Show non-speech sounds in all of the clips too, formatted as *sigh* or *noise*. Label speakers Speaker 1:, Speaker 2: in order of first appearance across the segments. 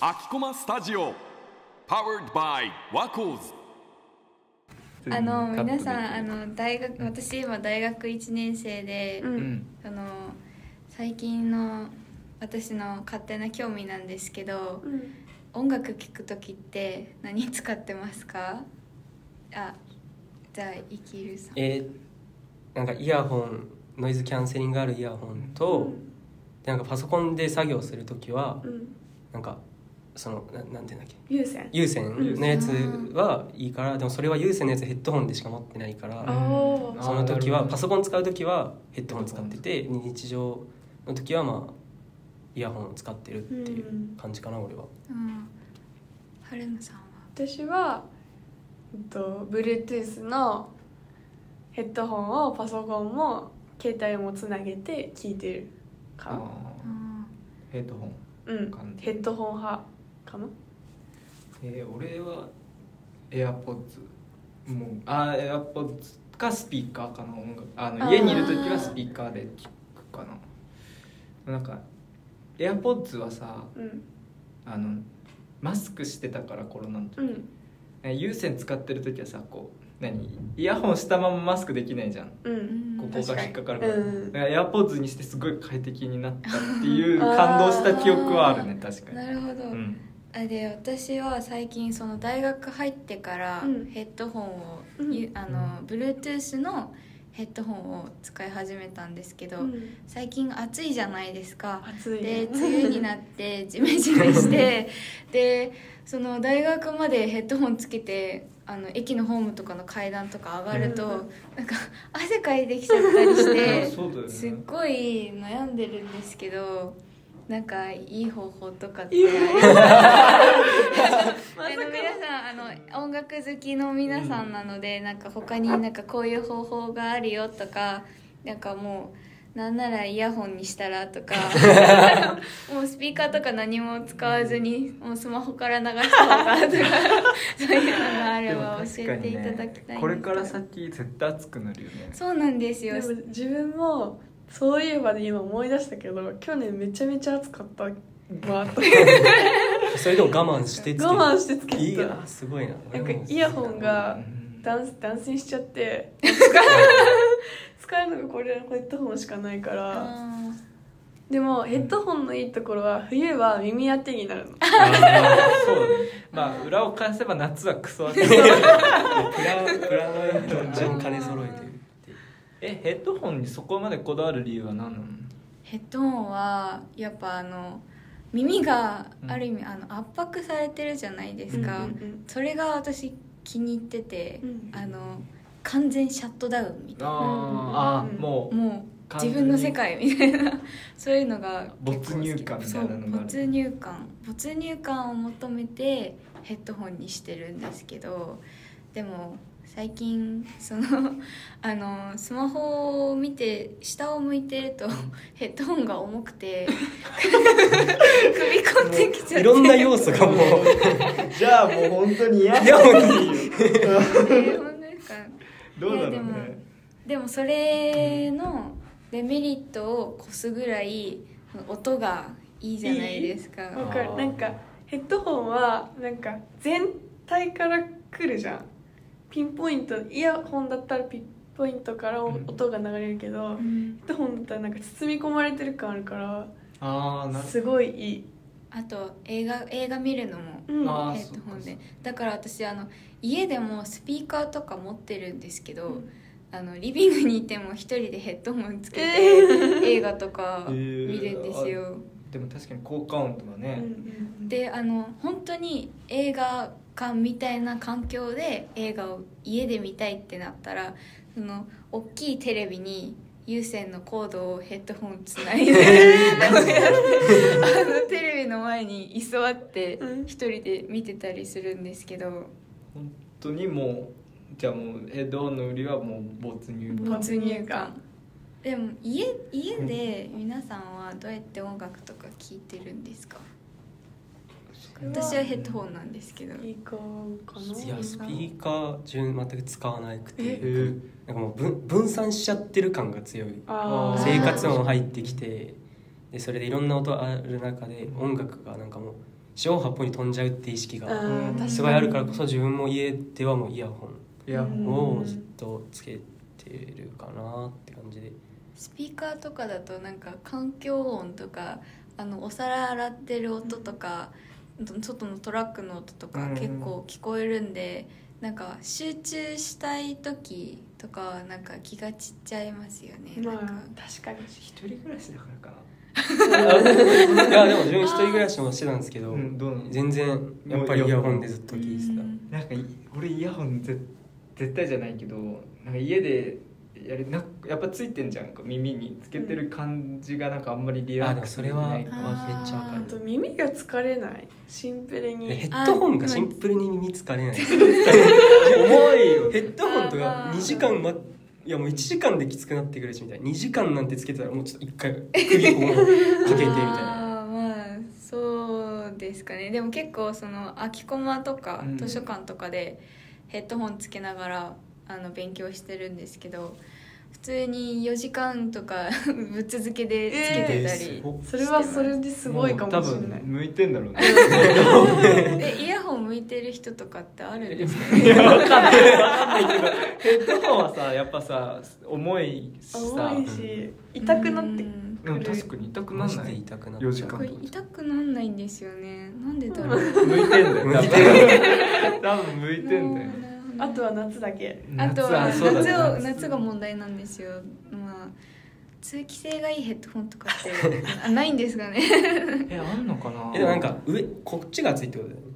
Speaker 1: 秋駒スタジオ Powered by ワコーズ
Speaker 2: あの皆さんあの大学私今大学1年生で、
Speaker 3: うん
Speaker 2: その最近の私の勝手な興味なんですけど音楽聴く時って何使ってますかあじゃあ生きるさん
Speaker 4: えーなんかイヤホンノイズキャンセリングあるイヤホンと、でなんかパソコンで作業する時は
Speaker 3: うん
Speaker 4: なんかそのななんていうんだっけ
Speaker 3: 優先
Speaker 4: 有線のやつはいいからでもそれは有線のやつヘッドホンでしか持ってないから
Speaker 3: お
Speaker 4: その時はパソ
Speaker 5: ン
Speaker 4: コン使う時はヘッドホン使ってて日常の時はまあイヤホンを使ってるっていう
Speaker 3: うん
Speaker 4: 感じかな俺は
Speaker 2: うん春野さんは
Speaker 3: 私は、えっと、Bluetooth のヘッドホンをパソコンも携帯もつなげて聞いてるか
Speaker 2: うん
Speaker 5: ヘッドホン
Speaker 3: うん
Speaker 5: 感じ
Speaker 3: ヘッドホン派かな
Speaker 5: えー俺は AirPods もうあー AirPods かスピーカーかな音楽あ
Speaker 3: あ
Speaker 5: の
Speaker 3: ー
Speaker 5: 家にいる時はスピーカーで聞くかななんか AirPods はさ
Speaker 3: うん
Speaker 5: あのマスクしてたからコロナの時
Speaker 3: うん
Speaker 5: ね有線使ってる時はさこう何イヤホンしたままマスクできないじゃん
Speaker 3: う
Speaker 2: うんん
Speaker 5: ここが引っかかるから,、
Speaker 3: 確かにうん
Speaker 5: だからエアポーズにしてすごい快適になったっていう感動した記憶はあるね確かに
Speaker 2: なるほど、
Speaker 5: うん
Speaker 2: あで私は最近その大学入ってから
Speaker 3: うん
Speaker 2: ヘッドホンを、
Speaker 3: うん
Speaker 2: ゆあの Bluetooth のヘッドホンを使い始めたんですけど、
Speaker 3: うん
Speaker 2: 最近暑いじゃないですか
Speaker 3: 暑い
Speaker 2: で梅雨にな
Speaker 3: *laughs*
Speaker 2: ってジメジメしてでその大学までヘッドホンつけてあの駅のホームとかの階段とか上がると、
Speaker 3: うん
Speaker 2: なんか汗かいてきちゃったりし
Speaker 5: あ
Speaker 2: て
Speaker 3: *laughs*
Speaker 5: そうだよね
Speaker 2: すっごい悩んでるんですけどなんかいい方法とかって
Speaker 3: いい
Speaker 2: あ
Speaker 3: 方
Speaker 2: ります
Speaker 3: ま
Speaker 2: あ
Speaker 3: さか
Speaker 2: の皆さんあの音楽好きの皆さんなので、なんか他になんかこういう方法があるよとかなんかもうなんならイヤホンにしたら
Speaker 5: *laughs*
Speaker 2: とかもうスピーカーとか何も使わずにもうスマホから流した方がとかそういうのがあれ
Speaker 5: でも
Speaker 2: ば
Speaker 5: 確
Speaker 2: 教
Speaker 5: か
Speaker 2: えて
Speaker 5: に
Speaker 2: いただきたいん
Speaker 5: ね
Speaker 2: ですけど
Speaker 5: これから先絶対熱くなるよね
Speaker 2: そうなんですよ
Speaker 3: でも自分もそういえばで今思い出したけど去年めちゃめちゃ暑かったわと
Speaker 4: それでも我慢してつけ
Speaker 3: *laughs* 我慢してつけ
Speaker 4: いい
Speaker 3: て
Speaker 4: や
Speaker 3: た
Speaker 4: すごいな
Speaker 3: な
Speaker 4: な
Speaker 3: んかイヤホンが
Speaker 5: うん
Speaker 3: 断断線しちゃって使うのがこれヘッドホンしかないから
Speaker 2: あ
Speaker 3: でもヘッドホンのいいところは冬は耳当てになるの
Speaker 5: あーそうだねまあ裏を返せば夏はクソ暑い
Speaker 4: プラプラのどんちゃん金揃えてるっていう
Speaker 5: えヘッドホンにそこまでこだわる理由は何なの
Speaker 2: ヘッドホンはやっぱあの耳がある意味、あの圧迫されてるじゃないですか、
Speaker 3: うん
Speaker 2: それが私気に入ってて、
Speaker 3: うん
Speaker 2: あの完全シャットダウンみたい
Speaker 5: あーあーも
Speaker 2: なもう
Speaker 5: 完
Speaker 2: 自
Speaker 5: 全に
Speaker 2: 分の世界みた
Speaker 5: *laughs*
Speaker 2: いなそういうのが
Speaker 5: 没入感みたいなのがある
Speaker 2: そう没入感没入感を求めてヘッドホンにしてるんですけどでも最近その *laughs* あのスマホを見て下を向いてると *laughs* ヘッドホンが重
Speaker 5: *laughs*
Speaker 2: くて *laughs* 首込んできちゃっ
Speaker 3: *laughs*
Speaker 2: て
Speaker 4: いろん
Speaker 2: *laughs*
Speaker 4: な要素がもう
Speaker 5: うじゃあもう本当に嫌
Speaker 4: イヤホンに
Speaker 2: でほんとですか
Speaker 5: どうだろう
Speaker 2: いやでも
Speaker 5: ね
Speaker 2: でもそれのデメリットを越すぐらい音がいいじゃないですか
Speaker 3: わか
Speaker 4: あ
Speaker 3: る
Speaker 4: ー
Speaker 3: なんかヘッドホンはなんか全体から来るじゃんピンポイントイヤホンだったらピンポイントから
Speaker 5: うん
Speaker 3: 音が流れるけど、
Speaker 2: う
Speaker 3: ヘ
Speaker 2: ん
Speaker 3: ッドホンだったらなんか包み込まれてる感あるから
Speaker 5: ああなる
Speaker 3: すごいいい、
Speaker 2: あと映画映画見るのも
Speaker 3: うん、
Speaker 5: あー
Speaker 2: ヘッドホ
Speaker 5: そ
Speaker 2: ン
Speaker 5: う
Speaker 2: で
Speaker 5: か
Speaker 2: だから私あの家でもスピーカーとか持ってるんですけど、
Speaker 3: うん
Speaker 2: あのリビングにいても一人でヘッドホンつけて、
Speaker 3: え
Speaker 2: 映画とか見るんです
Speaker 5: え
Speaker 2: よ、
Speaker 5: でも確かに効果音とか
Speaker 3: う
Speaker 5: ね、
Speaker 3: ん
Speaker 2: であの本当に映画館みたいな環境で映画を家で見たいってなったらその大きいテレビに有線のコードをヘッドホンつないでこうやってあのテレビの前に居座って
Speaker 3: うん
Speaker 2: 一人で見てたりするんですけど
Speaker 5: 本当にもうじゃあもうヘッドホンの売りはもう没入
Speaker 3: うん
Speaker 2: 没入感でも家家で皆さんはどうやって音楽とか聴いてるんですか私はヘッドホンなんですけど
Speaker 3: いい子かない
Speaker 4: やスピーカー順全く使わなく
Speaker 3: え
Speaker 4: てなんかもう分分散しちゃってる感が強い
Speaker 3: あー
Speaker 4: 生活音入ってきてでそれでいろんな音ある中で音楽がなんかもう四方八方に飛んじゃうって意識
Speaker 3: あ
Speaker 4: が
Speaker 3: ー確かに
Speaker 4: すごいあるからこそ自分も家ではもうイヤホ
Speaker 5: いや、
Speaker 3: うん
Speaker 4: ンをずっとつけてるかなって感じで
Speaker 2: スピーカーとかだとなんか環境音とかあのお皿洗ってる音とか外のトラックの音とか
Speaker 5: うん
Speaker 2: 結構聞こえるんで、なんか集中したい時とかはなんか気が散っちゃいますよね、
Speaker 3: まあ
Speaker 2: なんか
Speaker 3: 確かに
Speaker 5: 一人暮らしだからか
Speaker 4: いやでも自分一人暮らしもしてたんですけ
Speaker 5: な。
Speaker 4: ど
Speaker 5: うん、どうなの？
Speaker 4: 全然やっぱりイヤホンでずっと聞いてた
Speaker 2: うん
Speaker 5: なんかい俺イヤホンぜ絶対じゃないけど、なんか家でやるなんかやっぱついてんじゃんか耳につけてる感じがなんかあんまりリラックス
Speaker 4: あでもそれは
Speaker 5: できない
Speaker 2: あー
Speaker 4: めっちゃわか
Speaker 3: あ
Speaker 4: る
Speaker 3: と耳が疲れないシンプル
Speaker 4: でヘ
Speaker 3: に
Speaker 4: ッドホンがシンプルに耳疲
Speaker 2: *laughs*
Speaker 4: れない重いよヘッドホンとか
Speaker 2: あー
Speaker 4: 2時間まいやもう1時間できつくなってくるしみたいな2時間なんてつけてたらもうちょっと1回首こ
Speaker 2: *laughs*
Speaker 4: うかけてみたいな
Speaker 2: あーまあそうですかねでも結構その空きコマとか
Speaker 5: うん
Speaker 2: 図書館とかでヘッドホンつけながらあの勉強してるんですけど普通に4時間とか *laughs* ぶっ続けでつけてたり、
Speaker 3: それはそれですごいかもしれな
Speaker 5: もう多
Speaker 3: い
Speaker 5: 分向いてんだろうね。
Speaker 2: でイヤホン向いてる人とかってあるんですか
Speaker 5: いやわかんないわかんないけど *laughs* ヘッドホンはさやっぱさ重いしさ
Speaker 3: 重いし痛くなって
Speaker 2: うん
Speaker 5: うん確かに痛くな
Speaker 4: マ
Speaker 5: ん
Speaker 4: ジ
Speaker 5: な
Speaker 4: で
Speaker 5: い
Speaker 4: 痛くなっ
Speaker 5: 4時
Speaker 2: こ
Speaker 5: 間
Speaker 2: れ痛くなんないんですよねなんでだろう
Speaker 5: 向いてんだよ多
Speaker 4: 向
Speaker 5: 分
Speaker 4: い
Speaker 5: 多分向いてんだよ
Speaker 3: あとは夏だけ
Speaker 2: あとは
Speaker 5: 夏そうだね
Speaker 2: 夏を夏が問題なんですよ。まあ通気性がいいヘッドホンとかってあないんですかね。
Speaker 5: えあんのかな
Speaker 4: えでもなんか上こっちが熱いってことだよね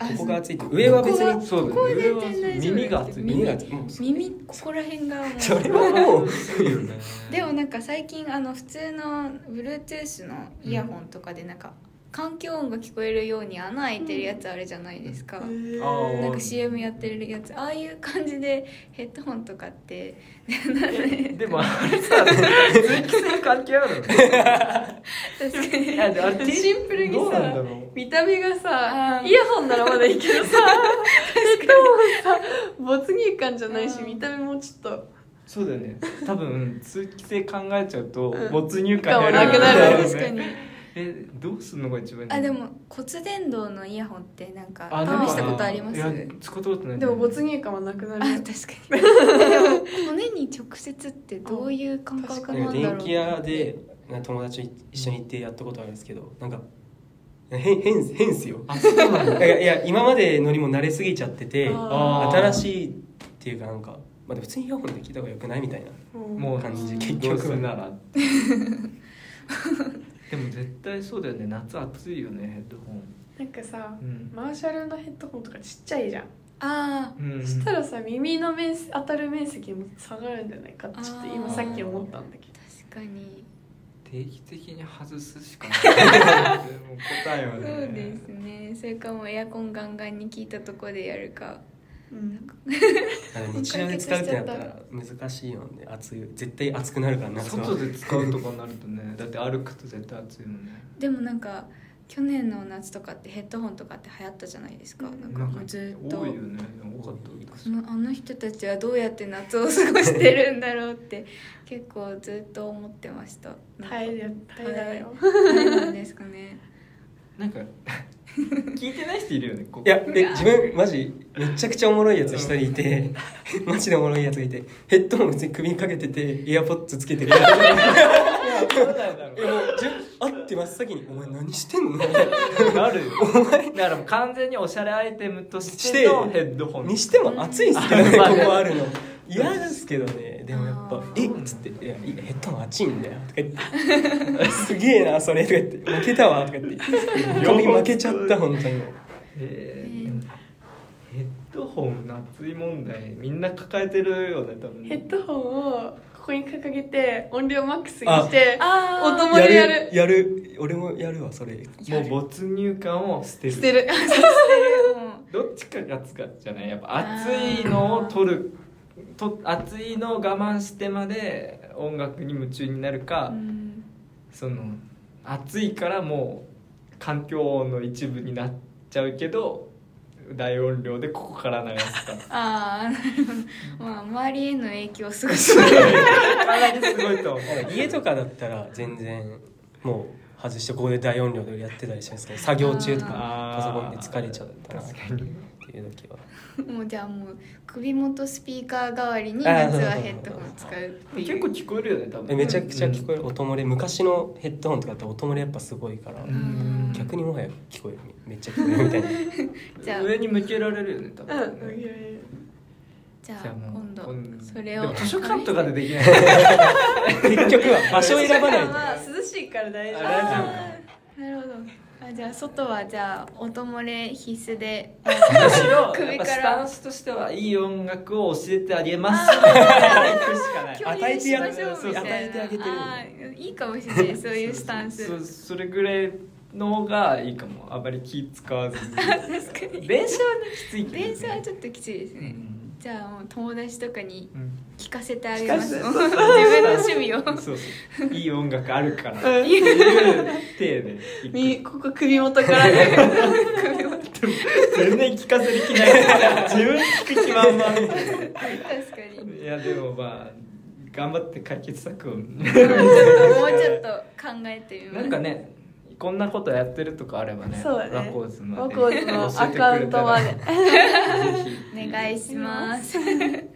Speaker 2: あ
Speaker 4: ここが熱いって上は別
Speaker 2: ここ
Speaker 4: に
Speaker 2: が
Speaker 5: そうだ
Speaker 2: ここ
Speaker 5: ね
Speaker 2: は全然大丈夫
Speaker 5: 耳が熱い
Speaker 4: 耳が熱いもうそ
Speaker 2: 耳ここら辺がもう。
Speaker 4: それはもう
Speaker 2: *laughs* でもなんか最近あの普通の Bluetooth のイヤホンとかでなんか環境音が聞こえるように穴開いてるやつあるじゃないですか。
Speaker 5: あー
Speaker 2: なんか CM やってるやつああいう感じでヘッドホンとかって
Speaker 5: でもあれさ通気性関係ある
Speaker 2: 確かに
Speaker 5: のあであれティッシュ
Speaker 3: シンプルに
Speaker 5: どうなんだろ
Speaker 3: さ
Speaker 5: う
Speaker 3: 見た目がさ
Speaker 2: あー
Speaker 3: イヤホンならまだいいけどさヘッドホンさ没入感じゃないし
Speaker 2: うん
Speaker 3: 見た目もちょっと
Speaker 5: そうだよね多分通気性考えちゃうと
Speaker 3: うん
Speaker 5: 没入
Speaker 3: 感も
Speaker 5: 感
Speaker 3: なくな
Speaker 5: だ
Speaker 3: る
Speaker 5: ろうね
Speaker 2: 確かに。
Speaker 5: えどうすんのが一番いいの
Speaker 2: あでも骨伝導のイヤホンってなんか
Speaker 5: あなんか
Speaker 2: 試したことあります
Speaker 5: い
Speaker 2: あ
Speaker 5: や使ったことない
Speaker 3: でも没入感はなくな
Speaker 2: 確
Speaker 3: る
Speaker 2: か
Speaker 5: *laughs*
Speaker 2: にでも骨に直接ってどういう感覚
Speaker 4: なん
Speaker 2: な
Speaker 4: か
Speaker 2: んだろう
Speaker 4: 電気屋でなんか友達と一緒に行ってやったことあるんですけどなんか変変変っすよ
Speaker 5: あそうなん
Speaker 4: なん
Speaker 5: だ
Speaker 4: か *laughs* いや今までのりも慣れすぎちゃってて
Speaker 3: あ
Speaker 5: ー
Speaker 4: 新しいっていうかなんか、まあ、でも普通にイヤホンで聞いた方がよくないみたいな
Speaker 5: もう
Speaker 4: 感じ
Speaker 3: うん
Speaker 4: 結
Speaker 5: どうす
Speaker 4: 局は
Speaker 5: るならでも絶対そうだよね夏暑いよねヘッドホン
Speaker 3: なんかさ
Speaker 5: うん、
Speaker 3: マーシャルのヘッドホンとかちっちゃいじゃん
Speaker 2: あ
Speaker 5: うん、
Speaker 3: そしたらさ耳の面積当たる面積も下がるんじゃないかってちょっと今
Speaker 2: あー
Speaker 3: さっき思ったんだけど
Speaker 2: ー確かに
Speaker 5: 定期的に外すしか
Speaker 2: *laughs*
Speaker 5: ないでも答えは
Speaker 2: そ
Speaker 5: ね
Speaker 2: うですねそれかもうエアコンガンガンに効いたとこでやるか
Speaker 3: うん
Speaker 4: あの日常で使うってなったら難しいよね暑い絶対暑くなるから夏は
Speaker 5: 外で使うとかになるとねだって歩くと絶対暑いもんね
Speaker 2: でもなんか去年の夏とかってヘッドホンとかって流行ったじゃないですかなんかもうずっと
Speaker 5: 多いよね多かった
Speaker 2: そのあの人たちはどうやって夏を過ごしてるんだろうって結構ずっと思ってましたなんか
Speaker 3: 耐える耐えだよ
Speaker 2: 何なんですかね
Speaker 5: なん
Speaker 2: *laughs*
Speaker 5: か聞いてない人いるよねここ
Speaker 4: いやえ自分マジめちゃくちゃおもろいやつ一人いてマジでおもろいやつがいてヘッドホン普通に首にかけててイヤポッツつけてるいや
Speaker 5: そうなんだ
Speaker 4: もう自分会って真っ先に「お前何してんの?」
Speaker 5: なるよお前だからもう完全におしゃれアイテムとしての
Speaker 4: して
Speaker 5: ヘッドホン
Speaker 4: にしても暑いっすけどね
Speaker 5: *laughs* うん
Speaker 4: ここあるの嫌ですけどねでもやっ
Speaker 2: あ
Speaker 4: ぱ「え
Speaker 5: ー
Speaker 4: っ?」つっていや「いやヘッドホン暑いんだよ」とか言って「 *laughs* すげえなそれ」とか言って「負けたわ」とか言って髪負けちゃった本当に
Speaker 5: えーでもヘッドホン夏い問題みんな抱えてるよね多分
Speaker 3: ヘッドホンをここに掲げて音量マックスにして
Speaker 2: あ
Speaker 3: 音もでやる
Speaker 4: やる俺もやるわそれ
Speaker 5: もう没入感を捨てる
Speaker 3: 捨てる
Speaker 5: どっちかが使っじゃないやっぱ暑いのを取ると暑いのを我慢してまで音楽に夢中になるか、その暑いからもう環境音の一部になっちゃうけど大音量でここから流す
Speaker 3: *laughs*
Speaker 5: か
Speaker 2: あーなるほどまあ周りへの影響をすごい
Speaker 5: かなりすごいと思う
Speaker 4: 家とかだったら全然もう外してここで大音量でやってたりしてるんですけど作業中とか
Speaker 5: あー
Speaker 4: パソコンで疲れちゃったなっ
Speaker 5: 確かに
Speaker 4: ていう時は
Speaker 2: もうじゃあもう首元スピーカー代わりに夏はヘッドホン使うっていう
Speaker 5: 結構聞こえるよね多分
Speaker 4: えめちゃくちゃ聞こえる音漏れ昔のヘッドホンとかって音漏れやっぱすごいから
Speaker 5: うん
Speaker 2: うん
Speaker 4: 逆にもはや聞こえるめっちゃ聞こえるみたいな
Speaker 2: じゃあ
Speaker 5: 上に向けられるよね多分
Speaker 3: うん、いやいや
Speaker 2: じゃあ
Speaker 5: じゃあもう
Speaker 2: 今度
Speaker 5: 今度
Speaker 2: それ
Speaker 5: で
Speaker 2: を
Speaker 5: も図書館とかでできない
Speaker 4: 結局は場所を選ばないと
Speaker 3: まあ涼しいから大丈夫
Speaker 5: あ大丈夫か
Speaker 2: なるほどあじゃあ外はじゃあ音漏れ必須で
Speaker 5: むしろや
Speaker 2: 首
Speaker 5: っぱ
Speaker 2: から
Speaker 5: スタンスとしてはいい音楽を教えてあげますって *laughs* 行くしかない
Speaker 2: 共有しましょうみたいな
Speaker 4: 与えてあげてる
Speaker 2: あーいいかもしれないそういうスタンス
Speaker 5: そそれぐらいの方がいいかもあまり気使わず
Speaker 2: *laughs*
Speaker 5: に
Speaker 2: 確かに
Speaker 5: 電車はねきついけどね
Speaker 2: 電車はちょっときついですね、じゃあもう友達とかに
Speaker 5: うん
Speaker 2: 聞かせてあげます *laughs*
Speaker 5: 聞かせ
Speaker 2: 自分の趣味
Speaker 5: *laughs*
Speaker 2: を
Speaker 5: そうそういい音楽あるからって
Speaker 3: う
Speaker 2: *laughs*
Speaker 3: ん
Speaker 5: いう体で行く
Speaker 3: みここ首元からね
Speaker 5: 全然聞かせる気ない自分聞く気満々
Speaker 2: 確かに
Speaker 5: いやでもまあ頑張って解決策を
Speaker 2: もうちょっと考えてみま
Speaker 5: な
Speaker 2: す
Speaker 5: んかねこんなことやってるとかあればね
Speaker 3: そうだね
Speaker 5: ワコーズま
Speaker 3: ワ
Speaker 5: で
Speaker 3: コーズのアカウントまで
Speaker 5: 教えてくれたらぜひ
Speaker 2: お願いします
Speaker 3: お